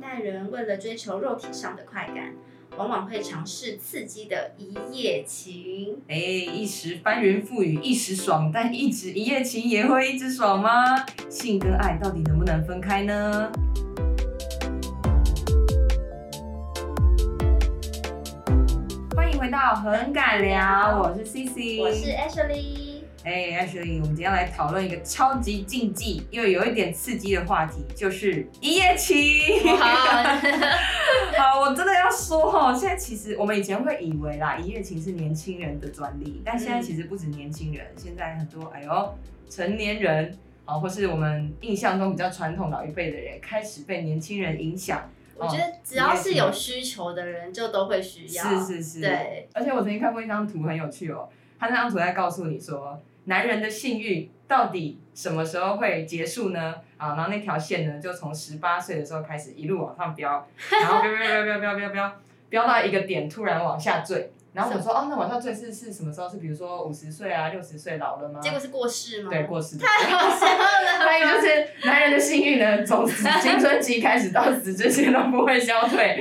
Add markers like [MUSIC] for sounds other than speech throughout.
代人为了追求肉体上的快感，往往会尝试刺激的一夜情。哎，一时翻云覆雨，一时爽，但一直一夜情也会一直爽吗？性跟爱到底能不能分开呢？欢迎回到很敢聊，我是 C C，我是 Ashley，哎 Ashley，我们今天来讨论一个超级禁忌又有一点刺激的话题，就是一夜情。好，我真的要说哦，现在其实我们以前会以为啦，一夜情是年轻人的专利，但现在其实不止年轻人，现在很多哎呦成年人啊、哦，或是我们印象中比较传统老一辈的人，开始被年轻人影响。我觉得只要是有需求的人，就都会需要。是是是，对，而且我曾经看过一张图，很有趣哦。他那张图在告诉你说，男人的性欲到底什么时候会结束呢？啊，然后那条线呢，就从十八岁的时候开始一路往上飙，然后飙飙飙飙飙飙飙，飙到一个点突然往下坠。然后我说，哦，那往下坠是是什么时候？是比如说五十岁啊，六十岁老了吗？结果是过世吗？对，过世。太好笑了。所以就是男人的性欲呢，从青春期开始到死之前都不会消退。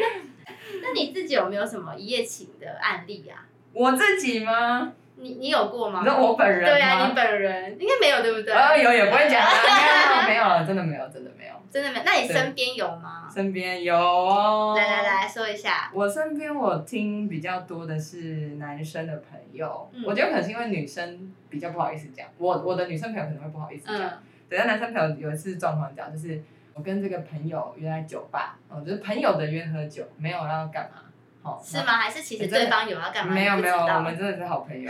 那你自己有没有什么一夜情的案例啊？我自己吗？你你有过吗你？说我本人吗？对啊，你本人应该没有对不对？哦，有也不会讲啊，应该没有了，真的没有，真的没有。真的没有？那你身边有吗？身边有哦，来来来说一下。我身边我听比较多的是男生的朋友，嗯我觉得可能是因为女生比较不好意思讲，我我的女生朋友可能会不好意思讲。嗯对，但男生朋友有一次状况讲，就是我跟这个朋友约在酒吧，哦，就是朋友的约喝酒，没有要干嘛，哦好、是吗？还是其实哎真的对方有要干嘛？没有你不没知有，道我们真的是好朋友。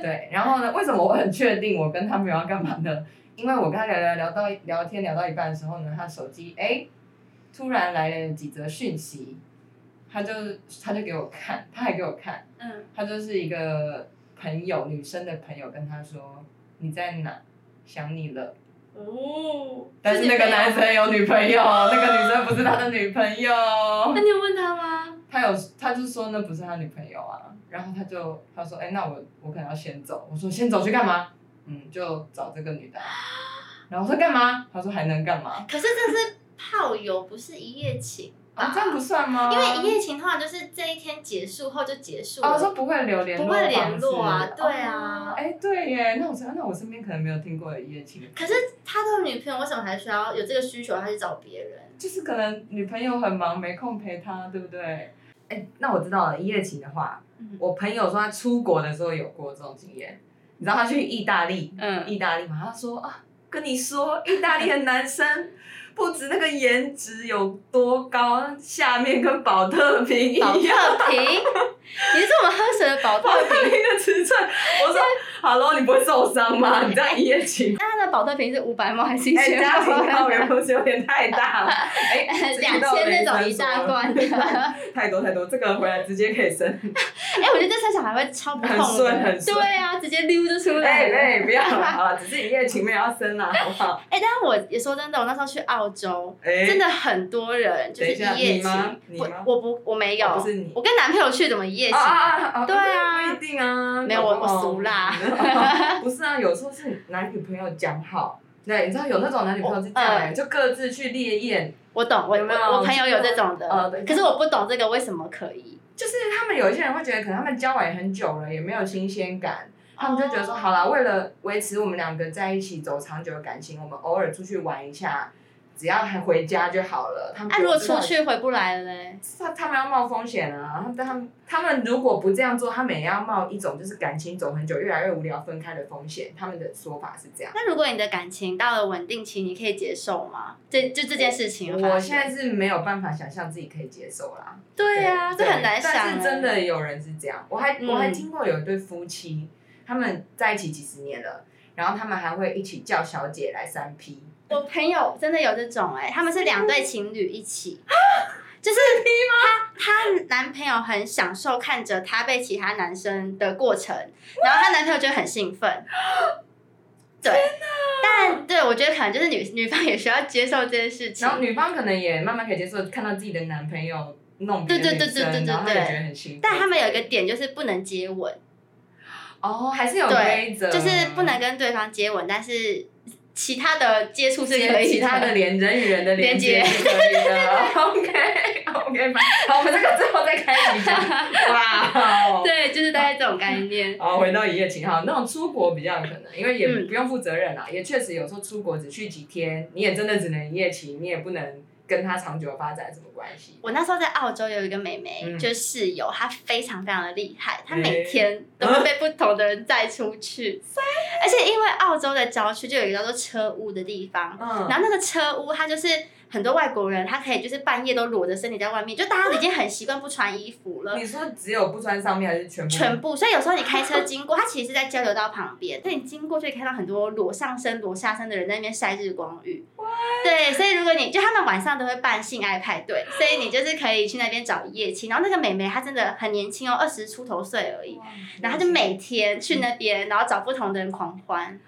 对，然后呢，为什么我很确定我跟他没有要干嘛呢？因为我跟他聊聊聊到聊天聊到一半的时候呢，他手机哎、突然来了几则讯息，他就他就给我看，他还给我看，嗯，他就是一个朋友女生的朋友跟他说你在哪，想你了。哦，但是那个男，生有女朋友，那个女生不是他的女朋友。那你有问他吗？他有，他就说那不是他女朋友啊，然后他就他说，哎、那我我可能要先走，我说先走去干嘛？嗯，就找这个女 [GASPS] 的啊、然后我说干嘛？他说还能干嘛？可是这是炮友，不是一夜情啊吧？，这样不算吗？因为一夜情通常就是这一天结束后就结束哦，我了，说不会留联络不方式，会联络啊，哦对啊。哎、对耶，那我说那我身边可能没有听过一夜情，可是他的女朋友为什么还需要有这个需求，他去找别人？就是可能女朋友很忙没空陪他，对不对？哎、那我知道了，一夜情的话，嗯我朋友说他出国的时候有过这种经验，你知道他去意大利，嗯，意大利嘛，他说啊，跟你说，意大利的男生不止那个颜值有多高，下面跟保特瓶一保样，特瓶， [LAUGHS] 你是我们喝水的保特瓶？那个尺寸。[LAUGHS] 我说，Hello，你不会受伤吗？你这样一夜情，那 [LAUGHS] 他的保特瓶是五百毛还是一哎，千家毛？，庭号源不是有点太大了，哎 [LAUGHS] 两千那种一大罐的，哎、 [LAUGHS] 太多太多，这个回来直接可以生。我觉得这生小孩会超不痛的，很顺很顺对啊，直接溜就出来哎了。哎，不要了，好了，只是一夜情没有要生啦，好不好？哎、但我也说真的，我那时候去澳洲，哎，真的很多人就是等一下夜你吗情。你我吗我不我没有，哦不是你我跟男朋友去怎么夜情？啊对啊不一定啊，没有我搞不好我俗啦 [LAUGHS] 不是啊，有时候是男女朋友讲好，对，你知道有那种男女朋友是这样哦哎，就各自去烈焰，我懂，我 [LAUGHS] 有没有我我朋友有这种的，呃对可是我不懂这个为什么可以。就是他们有一些人会觉得，可能他们交往也很久了，也没有新鲜感。他们就觉得说，哦好啦，为了维持我们两个在一起走长久的感情，我们偶尔出去玩一下，只要还回家就好了。他们啊，觉得如果这个出去回不来了嘞？他他们要冒风险啊！他们但他们他们如果不这样做，他们也要冒一种就是感情走很久、越来越无聊分开的风险。他们的说法是这样。那如果你的感情到了稳定期，你可以接受吗？这就这件事情的发生，我现在是没有办法想象自己可以接受啦。对啊，这对很难想、但是真哎的有人是这样，我还我还嗯听过有一对夫妻，他们在一起几十年了，然后他们还会一起叫小姐来三 P。我朋友真的有这种哎、他们是两对情侣一起，啊就是她她男朋友很享受看着她被其他男生的过程，然后她男朋友就很兴奋。对，但对我觉得可能就是女女方也需要接受这件事情然。后女方可能也慢慢可以接受，看到自己的男朋友弄别对的对女对对对生，对然后她也对觉得很兴奋。但他们有一个点就是不能接吻，哦，还是有对规则，就是不能跟对方接吻，但是其他的接触是可以其他的连人与人的连连接 [LAUGHS] 是可以的。OK， OK，买。好，我们这个最后再开一集讲。 [LAUGHS] 哇 [LAUGHS] 哦！对，就是大概这种概念。好，哦回到一夜情哈，那种出国比较有可能，因为也嗯不用负责任啦，也确实有时候出国只去几天，你也真的只能一夜情，你也不能跟他长久发展什么关系。我那时候在澳洲有一个妹妹，嗯就是室友，她非常非常的厉害，她每诶天都会被不同的人载出去，而且因为澳洲的郊区就有一个叫做车屋的地方，嗯然后那个车屋它就是很多外国人，他可以就是半夜都裸着身体在外面，就大家已经很习惯不穿衣服了。你说只有不穿上面还是全部？全部，所以有时候你开车经过，它其实是在交流道旁边，但你经过就可以看到很多裸上身、裸下身的人在那边晒日光浴。对，所以如果你就他们晚上都会办性爱派对，所以你就是可以去那边找一夜情。然后那个美眉她真的很年轻哦，二十出头岁而已，然后她就每天去那边，然后找不同的人狂欢。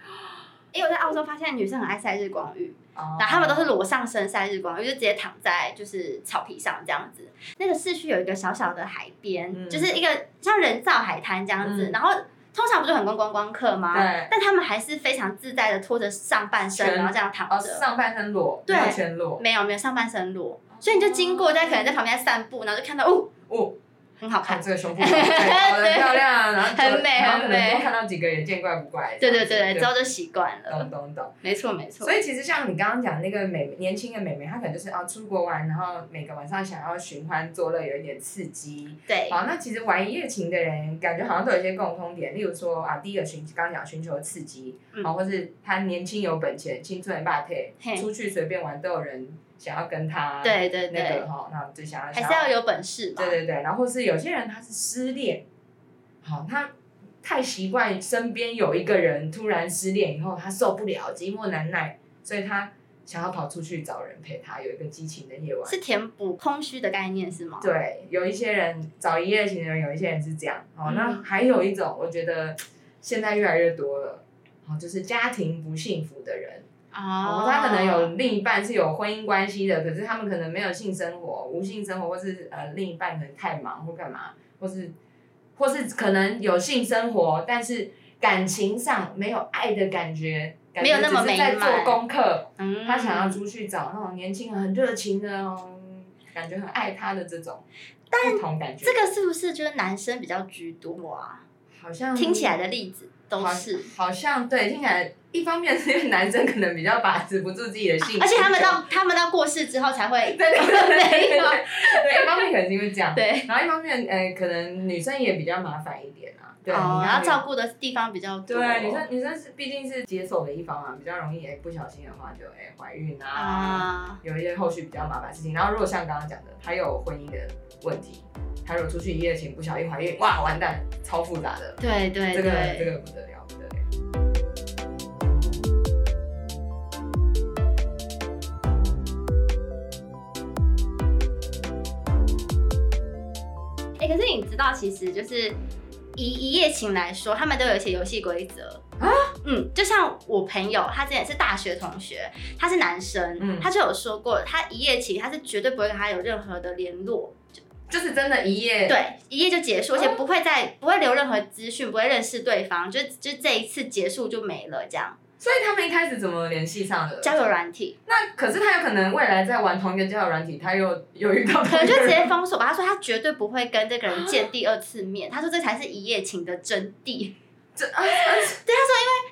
因为我在澳洲发现女生很爱晒日光浴，哦，然后他们都是裸上身晒日光浴，就直接躺在就是草皮上这样子。那个市区有一个小小的海边，嗯就是一个像人造海滩这样子。嗯然后通常不是很多观光客吗？对，但他们还是非常自在的拖着上半身，全然后这样躺哦，着。上半身裸，对没有全裸，没有没有上半身裸，所以你就经过，在可能在旁边散步，然后就看到哦，哦，很好看看。这个胸 [LAUGHS] 部，好的对漂亮，然后就很美然后可很能美多看到几个也见怪不怪。对这对样子对对，之后就习惯了懂。懂懂。没错没错所。以其实像你刚刚讲那个美年轻的美眉，她可能就是啊出国玩，然后每个晚上想要寻欢作乐，有一点刺激。对好，那其实玩一夜情的人，感觉好像都有一些共通点，例如说啊，第一个寻刚刚讲寻求刺激，嗯好、或是他年轻有本钱，青春霸退，嘿出去随便玩都有人想要跟他对对那个对，哈，那我们就想要还想是要有本事嘛对。对对，然后或是有些人他是失恋，好、他太习惯身边有一个人突然失恋以后，他受不了，寂寞难耐，所以他想要跑出去找人陪他，有一个激情的夜晚。是填补空虚的概念是吗？对，有一些人找一夜情的人，有一些人是这样。哦，嗯那还有一种，我觉得现在越来越多了，哦，就是家庭不幸福的人。哦哦，他可能有另一半是有婚姻关系的，可是他们可能没有性生活、无性生活，或是呃另一半可能太忙或干嘛，或是或是可能有性生活，但是感情上没有爱的感觉，感没觉有那么只是美在做满功课，嗯他想要出去找那种年轻人很热情的哦，感觉很爱他的这种，不同感觉，这个是不是就是男生比较居多啊？好像听起来的例子都好是，好像对，听起来一方面是因为男生可能比较把持不住自己的性，而且他们到他们到过世之后才会 [LAUGHS] 对对对对对没有对，一方面可能是因为这样，对，然后一方面，呃，可能女生也比较麻烦一点啊，对，哦，你然要后照顾的地方比较多，对啊女生女生是毕竟是接受的一方嘛，比较容易哎、不小心的话就哎怀、孕啊，啊，有一些后续比较麻烦的事情。然后如果像刚刚讲的，还有婚姻的问题，还有出去一夜情不小心怀孕，哇，完蛋，超复杂的，对对这个这对，个不得了，不得了。哎，可是你知道，其实就是。以一夜情来说，他们都有一些游戏规则啊。嗯，就像我朋友，他之前是大学同学，他是男生，嗯他就有说过，他一夜情他是绝对不会跟他有任何的联络，就是真的，一夜对，一夜就结哦束，而且不会再不会留任何资讯，不会认识对方，就就这一次结束就没了，这样所以他们一开始怎么联系上的？交友软 [LAUGHS] 体那可是他有可能未来在玩同一个交友软体，他又又遇到同一可个能就直人接封锁吧。他说他绝对不会跟这个人见第二次面，他说这才是一夜情的真谛。这 [LAUGHS] 啊，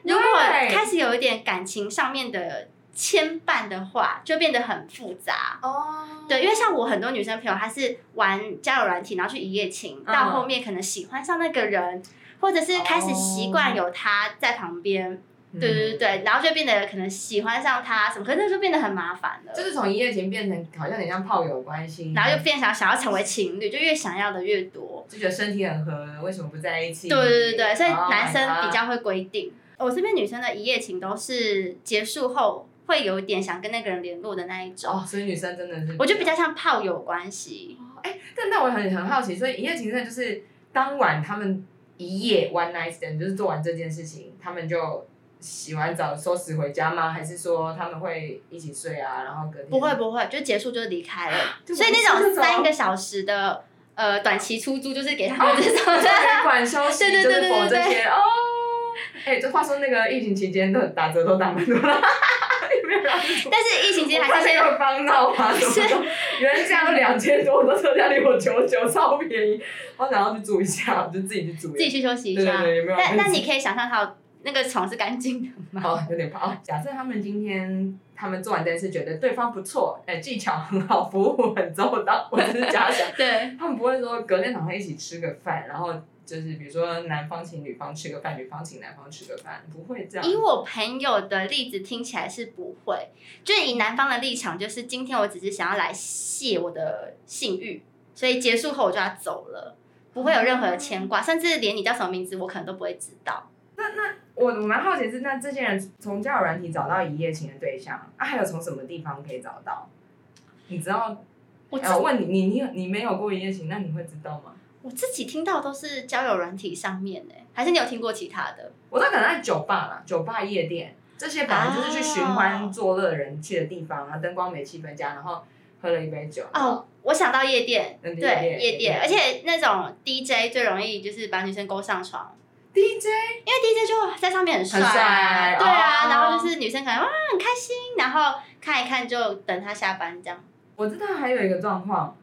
如果对开始有一点感情上面的牵绊的话，就变得很复杂。哦，对，因为像我很多女生朋友，她是玩交友软体，然后去一夜情，嗯到后面可能喜欢上那个人，或者是开始习哦惯有他在旁边。嗯对对对对，然后就变得可能喜欢上他什么，可是那就变得很麻烦了就。是从一夜情变成好像很像炮友关系，然后就变想想要成为情侣，就越想要的越多。就觉得身体很合，为什么不在一起？对对对对，所以 Oh my 男生 God 比较会规定。我这边女生的一夜情都是结束后会有一点想跟那个人联络的那一种，哦，所以女生真的是，我就比较像炮友关系。哦哎、但但我很很好奇，所以一夜情真的就是当晚他们一夜 one night stand 就是做完这件事情，他们就洗完澡收拾回家吗？还是说他们会一起睡啊？然后隔天不会不会，就结束就离开了。就所以不是那种这种三个小时的呃短期出租，就是给他们这种 [LAUGHS] 就是旅馆休息，对对对对就是否这对些哦。哎、这话说那个疫情期间的打折都打蛮多了， [LAUGHS] 没有人要去赌博但是疫情期间还他是那先个帮闹啊，什么的，原来这样两千多，都特价离我九九，超便宜。我想要去住一下，我就自己去住自己一下。去休息一对对下。对，有没 [LAUGHS] 有？但但你可以想象它那个床是干净的吗？好，有点怕。哦假设他们今天他们做完这件事，觉得对方不错，哎、技巧很好，服务很周到，我只是假想。对，他们不会说隔天早上一起吃个饭，然后就是比如说男方请女方吃个饭，女方请男方吃个饭，不会这样。以我朋友的例子听起来是不会，就以男方的立场，就是今天我只是想要来泄我的性欲，所以结束后我就要走了，不会有任何的牵挂，甚至连你叫什么名字我可能都不会知道。我我蛮好奇是，那这些人从交友软体找到一夜情的对象，啊，还有从什么地方可以找到？你知道？我哎我问你，你你有你没有过一夜情，那你会知道吗？我自己听到都是交友软体上面呢、还是你有听过其他的？我都可能在酒吧啦，酒吧夜店这些本来就是去寻欢哦作乐的人去的地方，然后啊灯光美气氛佳，然后喝了一杯酒。哦，我想到夜店，嗯对夜店夜夜店店，而且那种 DJ 最容易就是把女生勾上床， ，DJ 因为 DJ 就在上面很帅很帅啊，对啊，哦然后就是女生可能哇很开心，然后看一看就等他下班这样。我知道还有一个状况，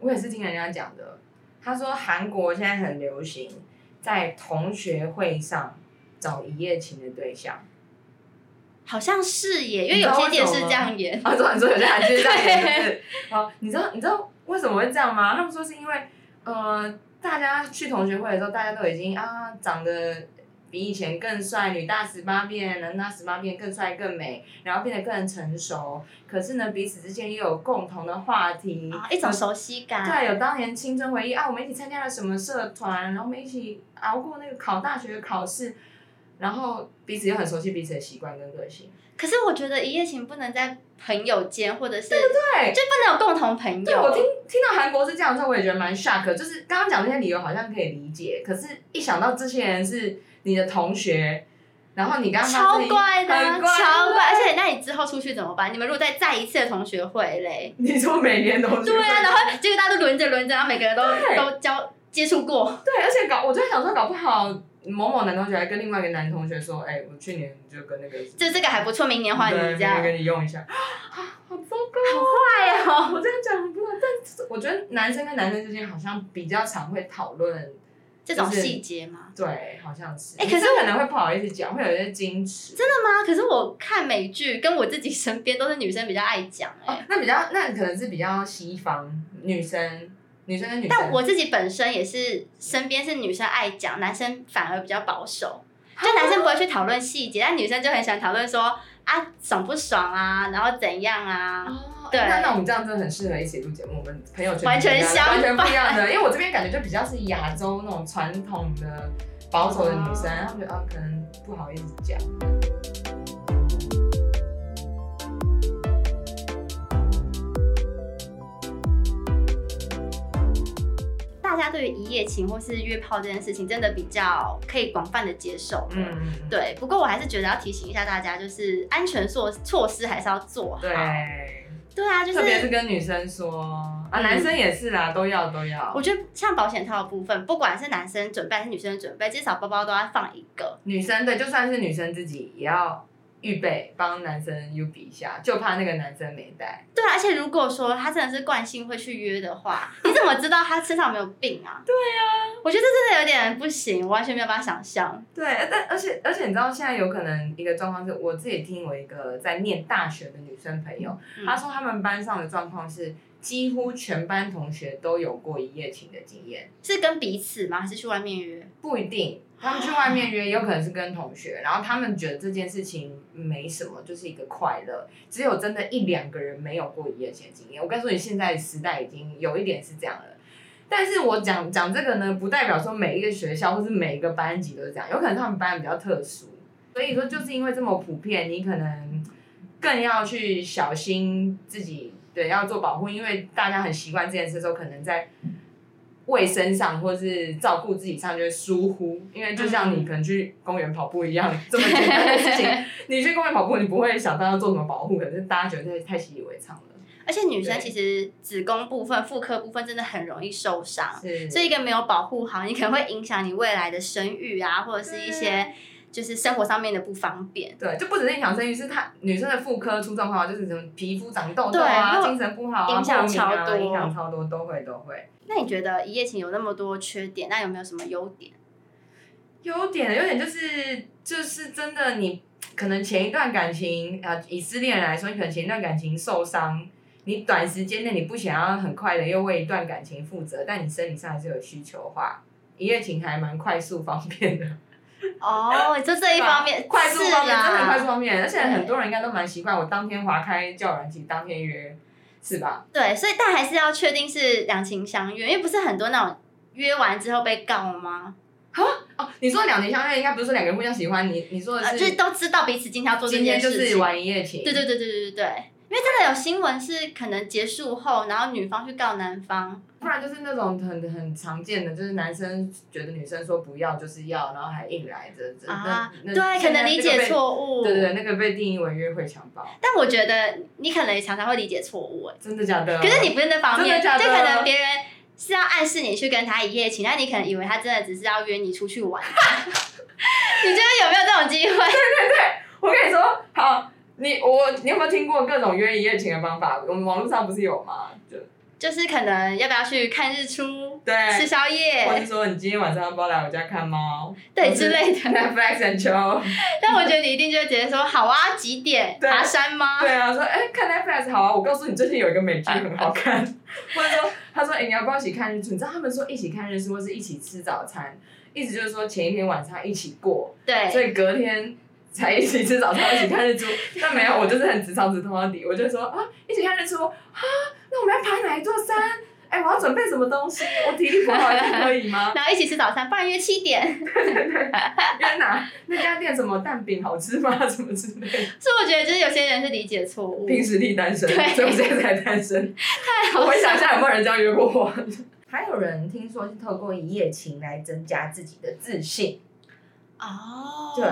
我也是听人家讲的。他说韩国现在很流行在同学会上找一夜情的对象。好像是耶，因为有些店是这样演，啊，这很重要，这还就是这样子对就是。好，你知道你知道为什么会这样吗？他们说是因为呃，大家去同学会的时候，大家都已经啊长得比以前更帅，女大十八变，男大十八变，更帅更美，然后变得更成熟。可是呢，彼此之间又有共同的话题，啊一种熟悉感。对，有当年青春回忆啊，我们一起参加了什么社团，然后我们一起熬过那个考大学的考试，然后彼此又很熟悉彼此的习惯跟个性。可是我觉得一夜情不能在朋友间，或者是就对，不能有共同朋友。对我听听到韩国是这样的时候，我也觉得蛮 shock 的。就是刚刚讲这些理由好像可以理解，可是一想到这些人是你的同学，然后你刚刚超怪的啊，很怪超怪！而且那你之后出去怎么办？你们如果再再一次的同学会嘞，你说每年都对啊，然后结果大家都轮着轮着，然后每个人都对都交接触过，对，而且搞我就在想说，搞不好某某男同学还跟另外一个男同学说，哎、我去年就跟那个就这个还不错，明年换对你这样。跟你用一下，啊，好糟糕。哎呀，我这样讲很不好，但是我觉得男生跟男生之间好像比较常会讨论，这种就是细节嘛，对，好像是。哎可是女生可能会不好意思讲，会有一些矜持。真的对啊吗？可是我看美剧，跟我自己身边都是女生比较爱讲哎、哦，那比较，那可能是比较西方女生，女生跟女生。但我自己本身也是，身边是女生爱讲，男生反而比较保守。啊就男生不会去讨论细节，但女生就很喜欢讨论说啊爽不爽啊，然后怎样啊。哦，对那那我们这样真的很适合一起录节目，我们朋友圈完全不一样相完全不反一样的，因为我这边感觉就比较是亚洲那种传统的保守的女生，哦她们觉得啊，可能不好意思讲。大家对于一夜情或是约炮这件事情，真的比较可以广泛的接受。嗯，嗯，嗯，对，不过我还是觉得要提醒一下大家，就是安全措措施还是要做好。对，对啊，就特别是是跟女生说啊，嗯男生也是啦，都要都要。我觉得像保险套的部分，不管是男生准备还是女生准备，至少包包都要放一个。女生对，就算是女生自己也要预备帮男生 U 比一下，就怕那个男生没带。对啊，而且如果说他真的是惯性会去约的话，你怎么知道他身上有没有病啊？对啊，我觉得这真的有点不行，我完全没有办法想象。对，但而且而且你知道现在有可能一个状况是，我自己听我一个在念大学的女生朋友，嗯她说他们班上的状况是几乎全班同学都有过一夜情的经验，是跟彼此吗？还是去外面约？不一定。他们去外面约，也有可能是跟同学，然后他们觉得这件事情没什么，就是一个快乐。只有真的一两个人没有过一夜情的经验。我告诉你，现在时代已经有一点是这样了。但是我讲讲这个呢，不代表说每一个学校或是每一个班级都是这样，有可能他们班比较特殊，所以说就是因为这么普遍，你可能更要去小心自己，对，要做保护，因为大家很习惯这件事的时候，可能在卫生上或是照顾自己上就会疏忽，因为就像你可能去公园跑步一样，这么简单的事情，你去公园跑步，你不会想到要做什么保护，可是大家觉得太习以为常了。而且女生对其实子宫部分、妇科部分真的很容易受伤。是这一个没有保护好，你可能会影响你未来的生育啊，或者是一些就是生活上面的不方便。对，就不只是影响生育，是她女生的妇科出状况，啊就是什么皮肤长痘痘啊，对精神不好啊，影响过敏啊超多影响超多，都会都会。那你觉得一夜情有那么多缺点，那有没有什么优点？优点，优点就是就是真的你，可能前一段感情啊、呃以失恋来说，你可能前一段感情受伤，你短时间内你不想要很快的又为一段感情负责，但你生理上还是有需求的话，一夜情还蛮快速方 [LAUGHS] 便的。哦，就这一方面，快速方面，是啦啊真的很快速方面，而且很多人应该都蛮习惯，我当天划开叫软体，当天约，是吧？对，所以但还是要确定是两情相悦，因为不是很多那种约完之后被告吗？哦，你说两情相悦，应该不是说两个人互相喜欢，你你说的呃，是、就是都知道彼此今天要做这今件天就事情，是玩一夜情，对对对对对对对。因为真的有新闻是可能结束后，然后女方去告男方，不然就是那种很很常见的，就是男生觉得女生说不要就是要，然后还硬来着。这啊，那对，可能理解。错误。那现在那个被对对，对那个被定义为约会强暴，但我觉得你可能也常常会理解错误、哎真的假的？可是你不是那方面，真的假的就可能别人是要暗示你去跟他一夜情，但你可能以为他真的只是要约你出去玩。你觉得有没有这种机会？我跟你说，好，你我你有没有听过各种约一夜情的方法？我们网络上不是有吗？就就是可能要不要去看日出、吃对，宵或是夜，说你今天晚上要不要来我家看猫？对之类的。 [LAUGHS] Netflix and chill。但我觉得你一定就会直接说好啊，几点对爬山吗？对啊，说哎、看 Netflix 好啊，我告诉你最近有一个啊美剧很好看， [LAUGHS] 或者说他说哎、你要不要一起看日出？你知道他们说一起看日出或是一起吃早餐，意思就是说前一天晚上一起过，对所以隔天。才一起吃早餐，一起看 [LAUGHS] 日出。但没有，我就是很直肠直通到底。我就说啊，一起看日出啊，那我们要爬哪一座山？哎、我要准备什么东西？我体力不好，这可以 [LAUGHS] 吗？然后一起吃早餐，不然约七点。约哪？那家店什么蛋饼好吃吗？什么之类的。所以我觉得就是有些人是理解错误。凭实力单身，对所以我现在才单身。太好 [LAUGHS] 笑我回想一下有没有人这样约过我。 [LAUGHS] 还有人听说是透过一夜情来增加自己的自信，哦，对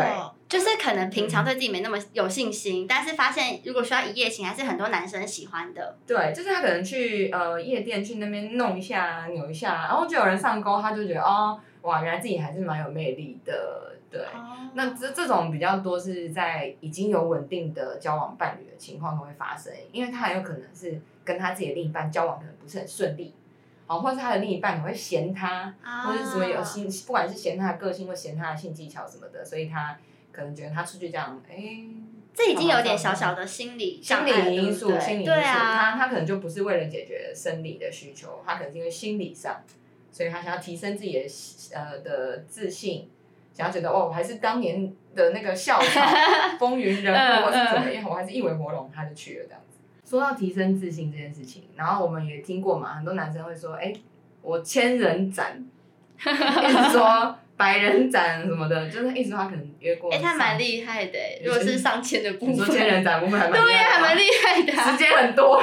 就是可能平常对自己没那么有信心，但是发现如果需要一夜情，还是很多男生喜欢的。对，就是他可能去呃夜店去那边弄一下、扭一下，然后就有人上钩，他就觉得哦，哇，原来自己还是蛮有魅力的，对。那这这种比较多是在已经有稳定的交往伴侣的情况都会发生，因为他很有可能是跟他自己的另一半交往可能不是很顺利，哦，或是他的另一半可能会嫌他，啊或者什么有性，不管是嫌他的个性或嫌他的性技巧什么的，所以他可能觉得他出去这样，哎、这已经有点小小的心理心障碍理因素，对不对心理因素，对啊，他他可能就不是为了解决生理的需求，他可能是因为心理上，所以他想要提升自己的呃的自信，想要觉得哦，我还是当年的那个校 [LAUGHS] 草风云人嗯物，或是怎么样，我还是一尾活龙，他就去了这样子。说到提升自信这件事情，然后我们也听过嘛，很多男生会说，哎、我千 [LAUGHS] 人斩，一直说百人斩什么的，就是一直说他可能约过，哎，他蛮厉害的，如果是上千的部你分，说千人斩，我们还蛮对厉害呀，的还嘛蛮厉害的 [LAUGHS] 时啊，间很 [LAUGHS] 多，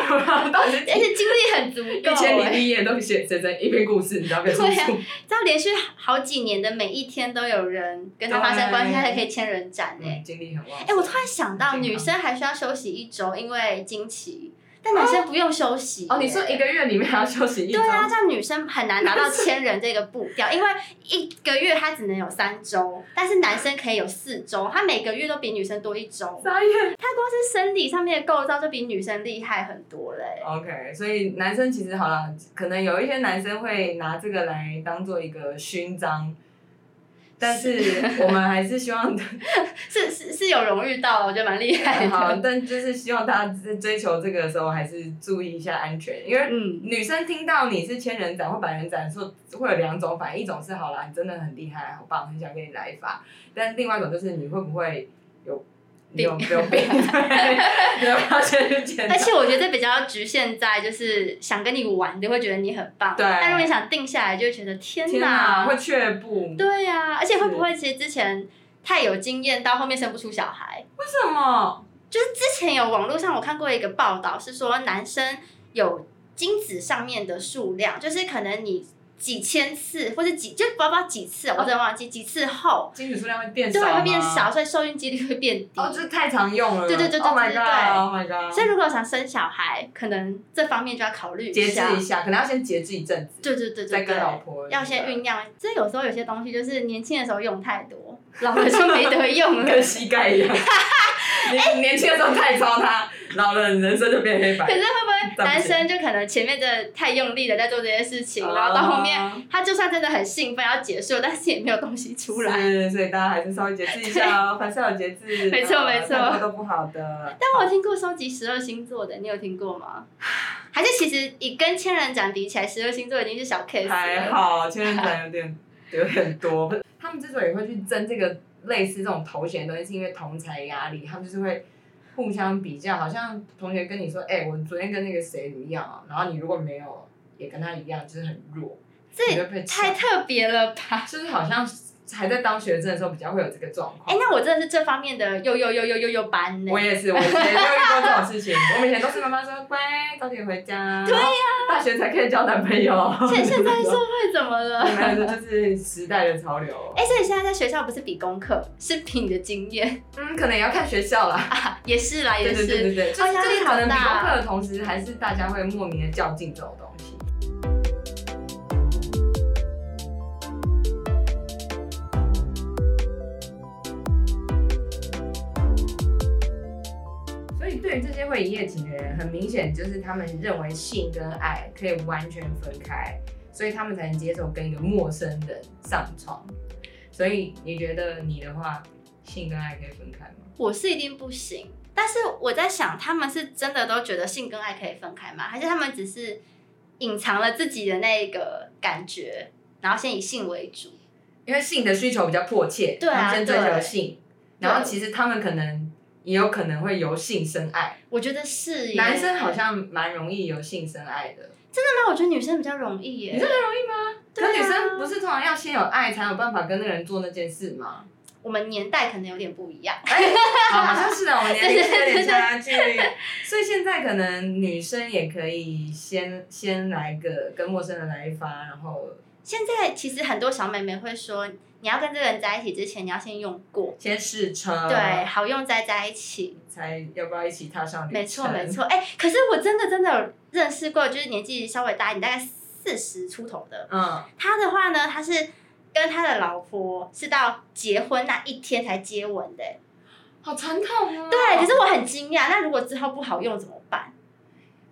到底是而且精力很足够，一千零哎一夜都写写成一篇故事，你知道被出对处。这样连续好几年的每一天都有人跟他发生关系，对他才可以千人斩呢。嗯，精力很旺盛。哎，我突然想到，健康女生还需要休息一周，因为经期，但男生不用休息。哦，你说一个月里面还要休息一周对？啊，这样女生很难达到千人这个步调，因为一个月她只能有三周，但是男生可以有四周，他每个月都比女生多一周。傻眼。他光是生理上面的构造就比女生厉害很多嘞、 OK，所以男生其实好了，可能有一些男生会拿这个来当做一个勋章，但是我们还是希 [LAUGHS] 望，是是是有荣誉到，我觉得蛮厉害好，的。但就是希望大家在追求这个的时候还是注意一下安全，因为嗯，女生听到你是千人斩或百人斩，说会有两种反应，一种是好啦，你真的很厉害，好棒，很想跟你来一发；但另外一种就是你会不会有你有没有病？对，你要不要先去检而查？且我觉得比较局限在就是想跟你玩的会觉得你很棒，对但如果你想定下来，就会觉得天天哪，哪，会却步？对呀、而且会不会其实之前太有经验，到后面生不出小孩？为什么？就是之前有网络上我看过一个报道，是说男生有精子上面的数量，就是可能你几千次或者几就不知道几次，啊我真的忘记几次后，精子数量会变少对吗？会变少，所以受孕几率会变低。哦，这太常用了。对对对对 Oh my 对对 god！Oh my god！所以如果想生小孩，可能这方面就要考虑节一下制一。下，可能要先节制一阵子，对对对对再跟老对，婆要先酝酿。这有时候有些东西就是年轻的时候用太多，老了就没得用了。[LAUGHS] 跟膝盖一样。你年轻的时候太操他，老了你人生就变黑白可。是会不会男生就可能前面真的太用力的在做这些事情，然后到后面面他就算真的很兴奋要结束，但是也没有东西出来。是，所以大家还是稍微节制一下 [LAUGHS] 哦，凡事要有节制。没错啊没错太多都不好的。但我有听过收集十二星座的，你有听过吗？还是其实以跟千人斩比起来，十二星座已经是小 case 还了。好，千人斩有点有点多。他们之所以会去争这个类似这种头衔的东西，是因为同才压力，他们就是会。互相比较，好像同学跟你说：“哎、我昨天跟那个谁怎么样啊？”然后你如果没有也跟他一样，就是很弱，这你也就被太呛特别了吧！就是好像还在当学生的时候比较会有这个状况。哎、那我真的是这方面的又又又又又又班呢、我也是，我以前没有遇过这种事情。我们以前都是妈妈说乖，早点回家。对呀、大学才可以交男朋友。现现在社 [LAUGHS] 会怎么了？没有，这就是时代的潮流。哎、所以现在在学校不是比功课，是比你的经验 [LAUGHS] 嗯，可能也要看学校啦。啊，也是啦，也对对是。对对对，就哦是压力就是好可能比大功课的同时，还是大家会莫名的较劲这种东西。所以对于这些会一夜情的人，很明显就是他们认为性跟爱可以完全分开，所以他们才能接受跟一个陌生人上床。所以你觉得你的话，性跟爱可以分开吗？我是一定不行。但是我在想，他们是真的都觉得性跟爱可以分开吗？还是他们只是隐藏了自己的那个感觉，然后先以性为主？因为性的需求比较迫切，对啊他们先追求性，对然后其实他们可能也有可能会由性生爱，我觉得是耶男生好，像蛮容易由性生爱的，那啊我觉得女生比较容易耶。你真的容易吗？对啊可女生不是通常要先有爱才有办法跟那个人做那件事吗？我们年代可能有点不一样， [LAUGHS] 好好像是的，我们年龄是有对对点对差距， [LAUGHS] 所以现在可能女生也可以先先来个跟陌生人来一发，然后现在其实很多小妹妹会说，你要跟这个人在一起之前，你要先用过，先试车，对，，好用再在一起。才要不要一起踏上旅程？没错没，错，哎、可是我真的真的有认识过，就是年纪稍微大一点，大概四十出头的，嗯，他的话呢，他是跟他的老婆是到结婚那一天才接吻的、欸好传统哦，对，可是我很惊讶，那如果之后不好用怎么办？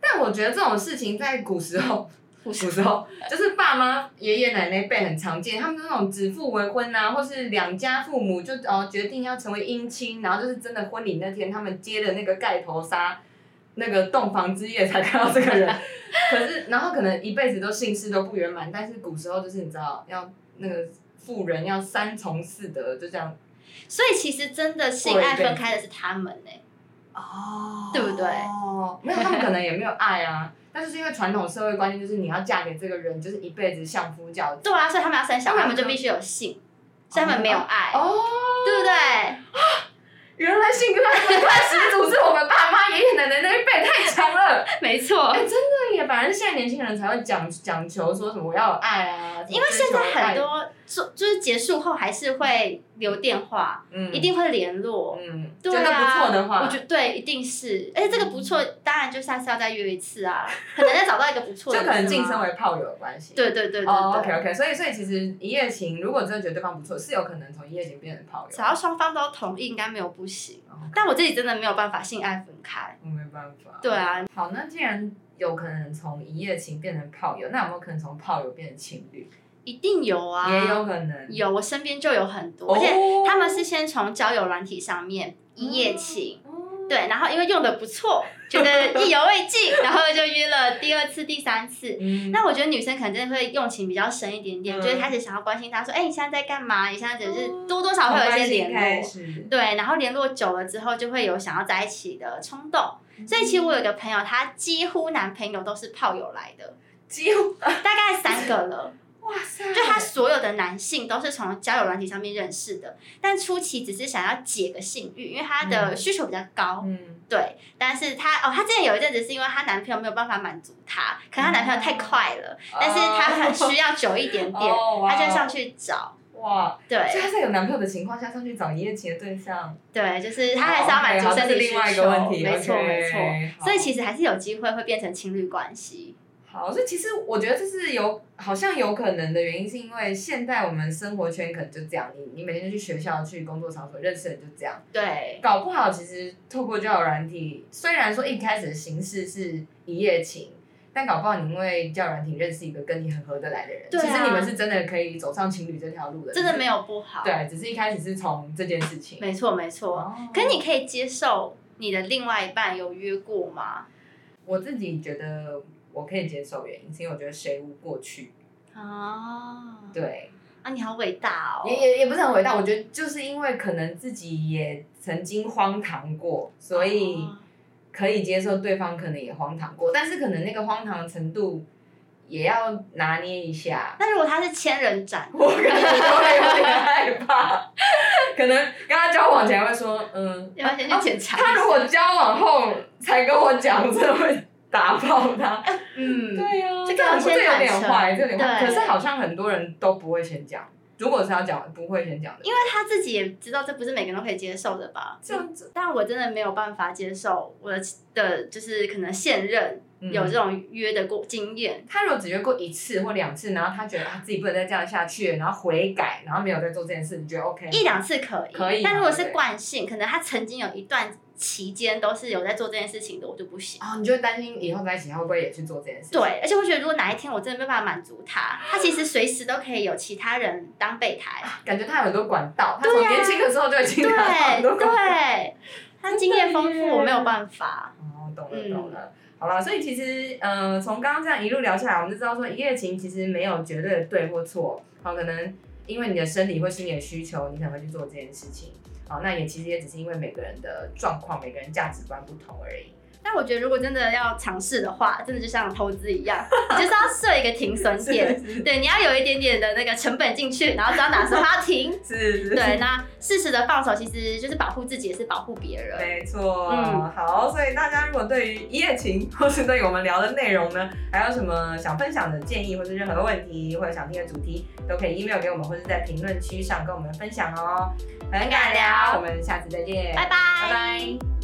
但我觉得这种事情在古时候，古古时时候就是爸妈、爷爷奶奶辈很常见，他们那种指腹为婚啊，或是两家父母就哦决定要成为姻亲，然后就是真的婚礼那天他们接的那个盖头纱，那个洞房之夜才看到这个人。可是，然后可能一辈子都姓氏都不圆满，但是古时候就是你知道要那个妇人要三从四德，就这样。所以其实真的性爱分开的是他们欸呢、哦对不对哦， [LAUGHS] 没有，他们可能也没有爱啊，但是因为传统社会观念就是你要嫁给这个人，就是一辈子相夫教子。对啊，所以他们要生小孩，他他们们就就必须有性，所以他们没有爱，哦，对不对？原来性跟爱分开始祖是我们爸妈、爷爷奶奶那一辈太强了。没错哎、。真的耶，反正现在年轻人才会讲讲求说什么我要有爱啊，因为现在很多、多就就是结束后还是会留电话，嗯一定会联络，嗯，对觉得不啊，错的话，我觉对，一定是，而且这个不错，当然就下次要再约一次啊，很难再找到一个不错 [LAUGHS] 就的，可能晋升为，为炮友的关系。对对对对对，哦、o k OK，所以所以其实一夜情，如果真的觉得对方不错，是有可能从一夜情变成炮友。只要双方都同意，应该没有不行。哦但我自己真的没有办法性爱分开，我没办法。对啊，好，那既然有可能从一夜情变成炮友，那有没有可能从炮友变成情侣？一定有啊，也有可能，有，我身边就有很多，哦而且他们是先从交友软体上面一夜情。哦对，然后因为用的不错，觉得意犹未尽，然后就约了第二次、第三次。嗯那我觉得女生可能真的会用情比较深一点点，嗯就会开始想要关心他，说：“哎、你现在在干嘛？你现在只是哦多多少会有一些从关联络。系开始”对，然后联络久了之后，就会有想要在一起的冲动。所以其实嗯我有一个朋友，她几乎男朋友都是炮友来的，几乎，大概三个了。哇塞，就她所有的男性都是从交友软体上面认识的，但初期只是想要解个性欲，因为她的嗯需求比较高。嗯，对，但是她哦，她之前有一阵子是因为她男朋友没有办法满足她，可能她男朋友太快了， [LAUGHS] 但是她很需要久一点点，哦她就上去找。哇，所以对她在有男朋友的情况下上去找一夜情的对象，对，就是她还是要满足哦，OK，生好这理是需另外一求个问，题，没错没错。 OK，好所以其实还是有机会会变成情侣关系。好，所以其实我觉得这是有好像有可能的原因，是因为现在我们生活圈可能就这样，你你每天就去学校、去工作场所认识的就这样，对，搞不好其实透过交友软体，虽然说一开始的形式是一夜情，但搞不好你因为交友软体认识一个跟你很合得来的人，对啊其实你们是真的可以走上情侣这条路的，真的没有有不好。，对，只是一开始是从这件事情。没错没错。哦可你可以接受你的另外一半有约过吗？我自己觉得我可以接受原因，是因为我觉得谁无过去，哦，对，啊，你好伟大哦。也也也不是很伟大，我觉得就是因为可能自己也曾经荒唐过，所以哦可以接受对方可能也荒唐过，但是可能那个荒唐的程度也要拿捏一下。那如果他是千人斩，我可能会有点害怕，可能跟他交往前会说，嗯，要不要先去检查一下？他如果交往后才跟我讲，我真的会打爆他。嗯，对呀、啊，这个这要先有点坦诚坏，这有点坏。对可是好像很多人都不会先讲，如果是要讲，不会先讲的。因为他自己也知道这不是每个人都可以接受的吧？这样子、但我真的没有办法接受我的的，就是可能现任嗯有这种约的过经验。他如果只约过一次或两次，然后他觉得他自己不能再这样下去，然后悔改，然后没有再做这件事，你觉得 OK？一两次可以，可以但如果嘛对是惯性，可能他曾经有一段期间都是有在做这件事情的，我就不行。哦，你就会担心以后在一起他会不会也去做这件事？，对，而且我觉得如果哪一天我真的没办法满足他，他其实随时都可以有其他人当备 [LAUGHS] 胎。感觉他有很多管道，他从年轻的时候就已经拿到很多对 [LAUGHS] 管道。对，他经验丰真的富，耶我没有办法。哦，懂了嗯懂了。好了，所以其实，呃，从刚刚这样一路聊下来，我们就知道说，一夜情其实没有绝对的对或错，好、可能因为你的生理或心理的需求，你才会去做这件事情，好、那也其实也只是因为每个人的状况、每个人价值观不同而 [LAUGHS] 已。但我觉得如果真的要尝试的话，真的就像投资一样，你就是要设一个停 [LAUGHS] 损点，对，你要有一点点的那个成本进去，然后知道哪时候要 [LAUGHS] 停。是，是对，那适时的放手，其实就是保护自己，也是保护别人。没错，嗯好，所以大家如果对于一夜情或是对于我们聊的内容呢，还有什么想分享的建议，或是任何问题，或者想听的主题，都可以 email 给我们，或是在评论区上跟我们分享哦。很敢聊，我们下次再见，拜拜。拜拜